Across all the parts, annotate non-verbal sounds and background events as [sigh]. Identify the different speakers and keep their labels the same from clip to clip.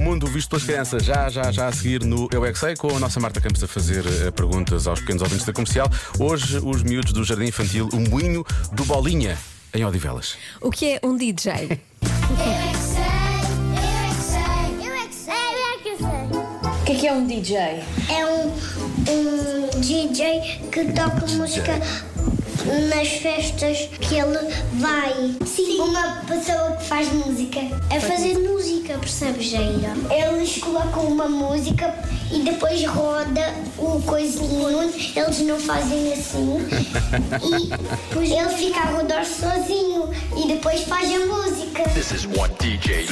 Speaker 1: mundo visto pelas crianças, já, já, já a seguir no Eu é que Sei, com a nossa Marta Campos a fazer eh, perguntas aos pequenos ouvintes da comercial. Hoje, os miúdos do Jardim Infantil, o Moinho do Bolinha, em Odivelas.
Speaker 2: O que é um DJ?
Speaker 3: O que é, que é um DJ?
Speaker 4: É um, um DJ que toca música nas festas que ele vai. Sim, uma pessoa que faz música. É fazer música, percebes, Jaira? Eles colocam uma música e depois roda o coisinho. Eles não fazem assim.
Speaker 3: [laughs]
Speaker 4: e depois ele fica a rodar sozinho e depois faz a música.
Speaker 5: This is one DJ.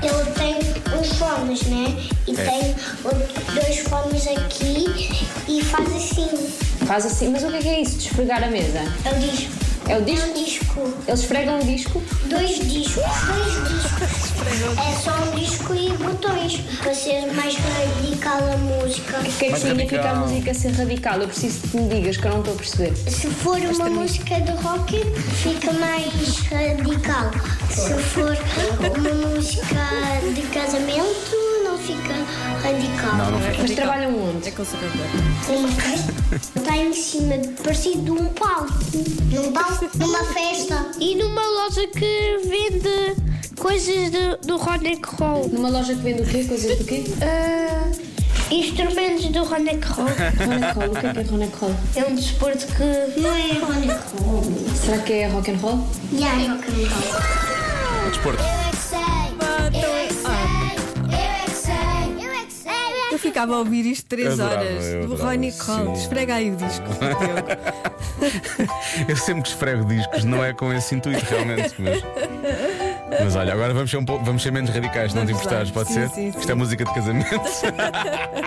Speaker 4: Ele tem uns fones, né? E tem o- dois fones aqui e faz assim.
Speaker 3: Faz assim, mas o que é, que é isso de esfregar a mesa?
Speaker 4: É o disco.
Speaker 3: É o
Speaker 4: É
Speaker 3: disco?
Speaker 4: um disco.
Speaker 3: Eles esfregam o disco?
Speaker 4: Dois discos. Dois discos. é só um disco e botões. Para ser mais radical a música.
Speaker 3: O que é que
Speaker 1: Mais
Speaker 3: significa
Speaker 1: radical.
Speaker 3: a música ser radical? Eu preciso que me digas que eu não estou a perceber.
Speaker 4: Se for uma música de rock, fica mais radical. Se for uma música de casamento, não fica radical.
Speaker 3: Mas trabalham onde?
Speaker 4: Está em cima, de- parecido de um palco. Num palco, numa festa.
Speaker 6: E numa loja que vende coisas de- do rock and roll.
Speaker 3: Numa loja que vende o quê? Coisas do quê?
Speaker 6: Ah, instrumentos do rock and roll.
Speaker 3: Rock and roll. O que é que é rock and roll?
Speaker 6: É um desporto que...
Speaker 4: Não é rock and roll.
Speaker 3: Será que é rock and roll?
Speaker 4: é rock and roll. é
Speaker 1: Desporto.
Speaker 2: Eu ficava a ouvir isto três
Speaker 1: Adorava,
Speaker 2: horas.
Speaker 1: eu
Speaker 2: Do
Speaker 1: adorava,
Speaker 2: Ronnie Cohn.
Speaker 1: sim.
Speaker 2: Esfrega aí o disco. Diogo.
Speaker 1: Eu sempre que esfrego discos, não é com esse intuito, realmente. Mas, mas olha, agora vamos ser, um pouco, vamos ser menos radicais, se não te
Speaker 2: Vamos lá.
Speaker 1: importares, pode
Speaker 2: Sim,
Speaker 1: ser?
Speaker 2: sim, sim.
Speaker 1: Isto é música de casamento.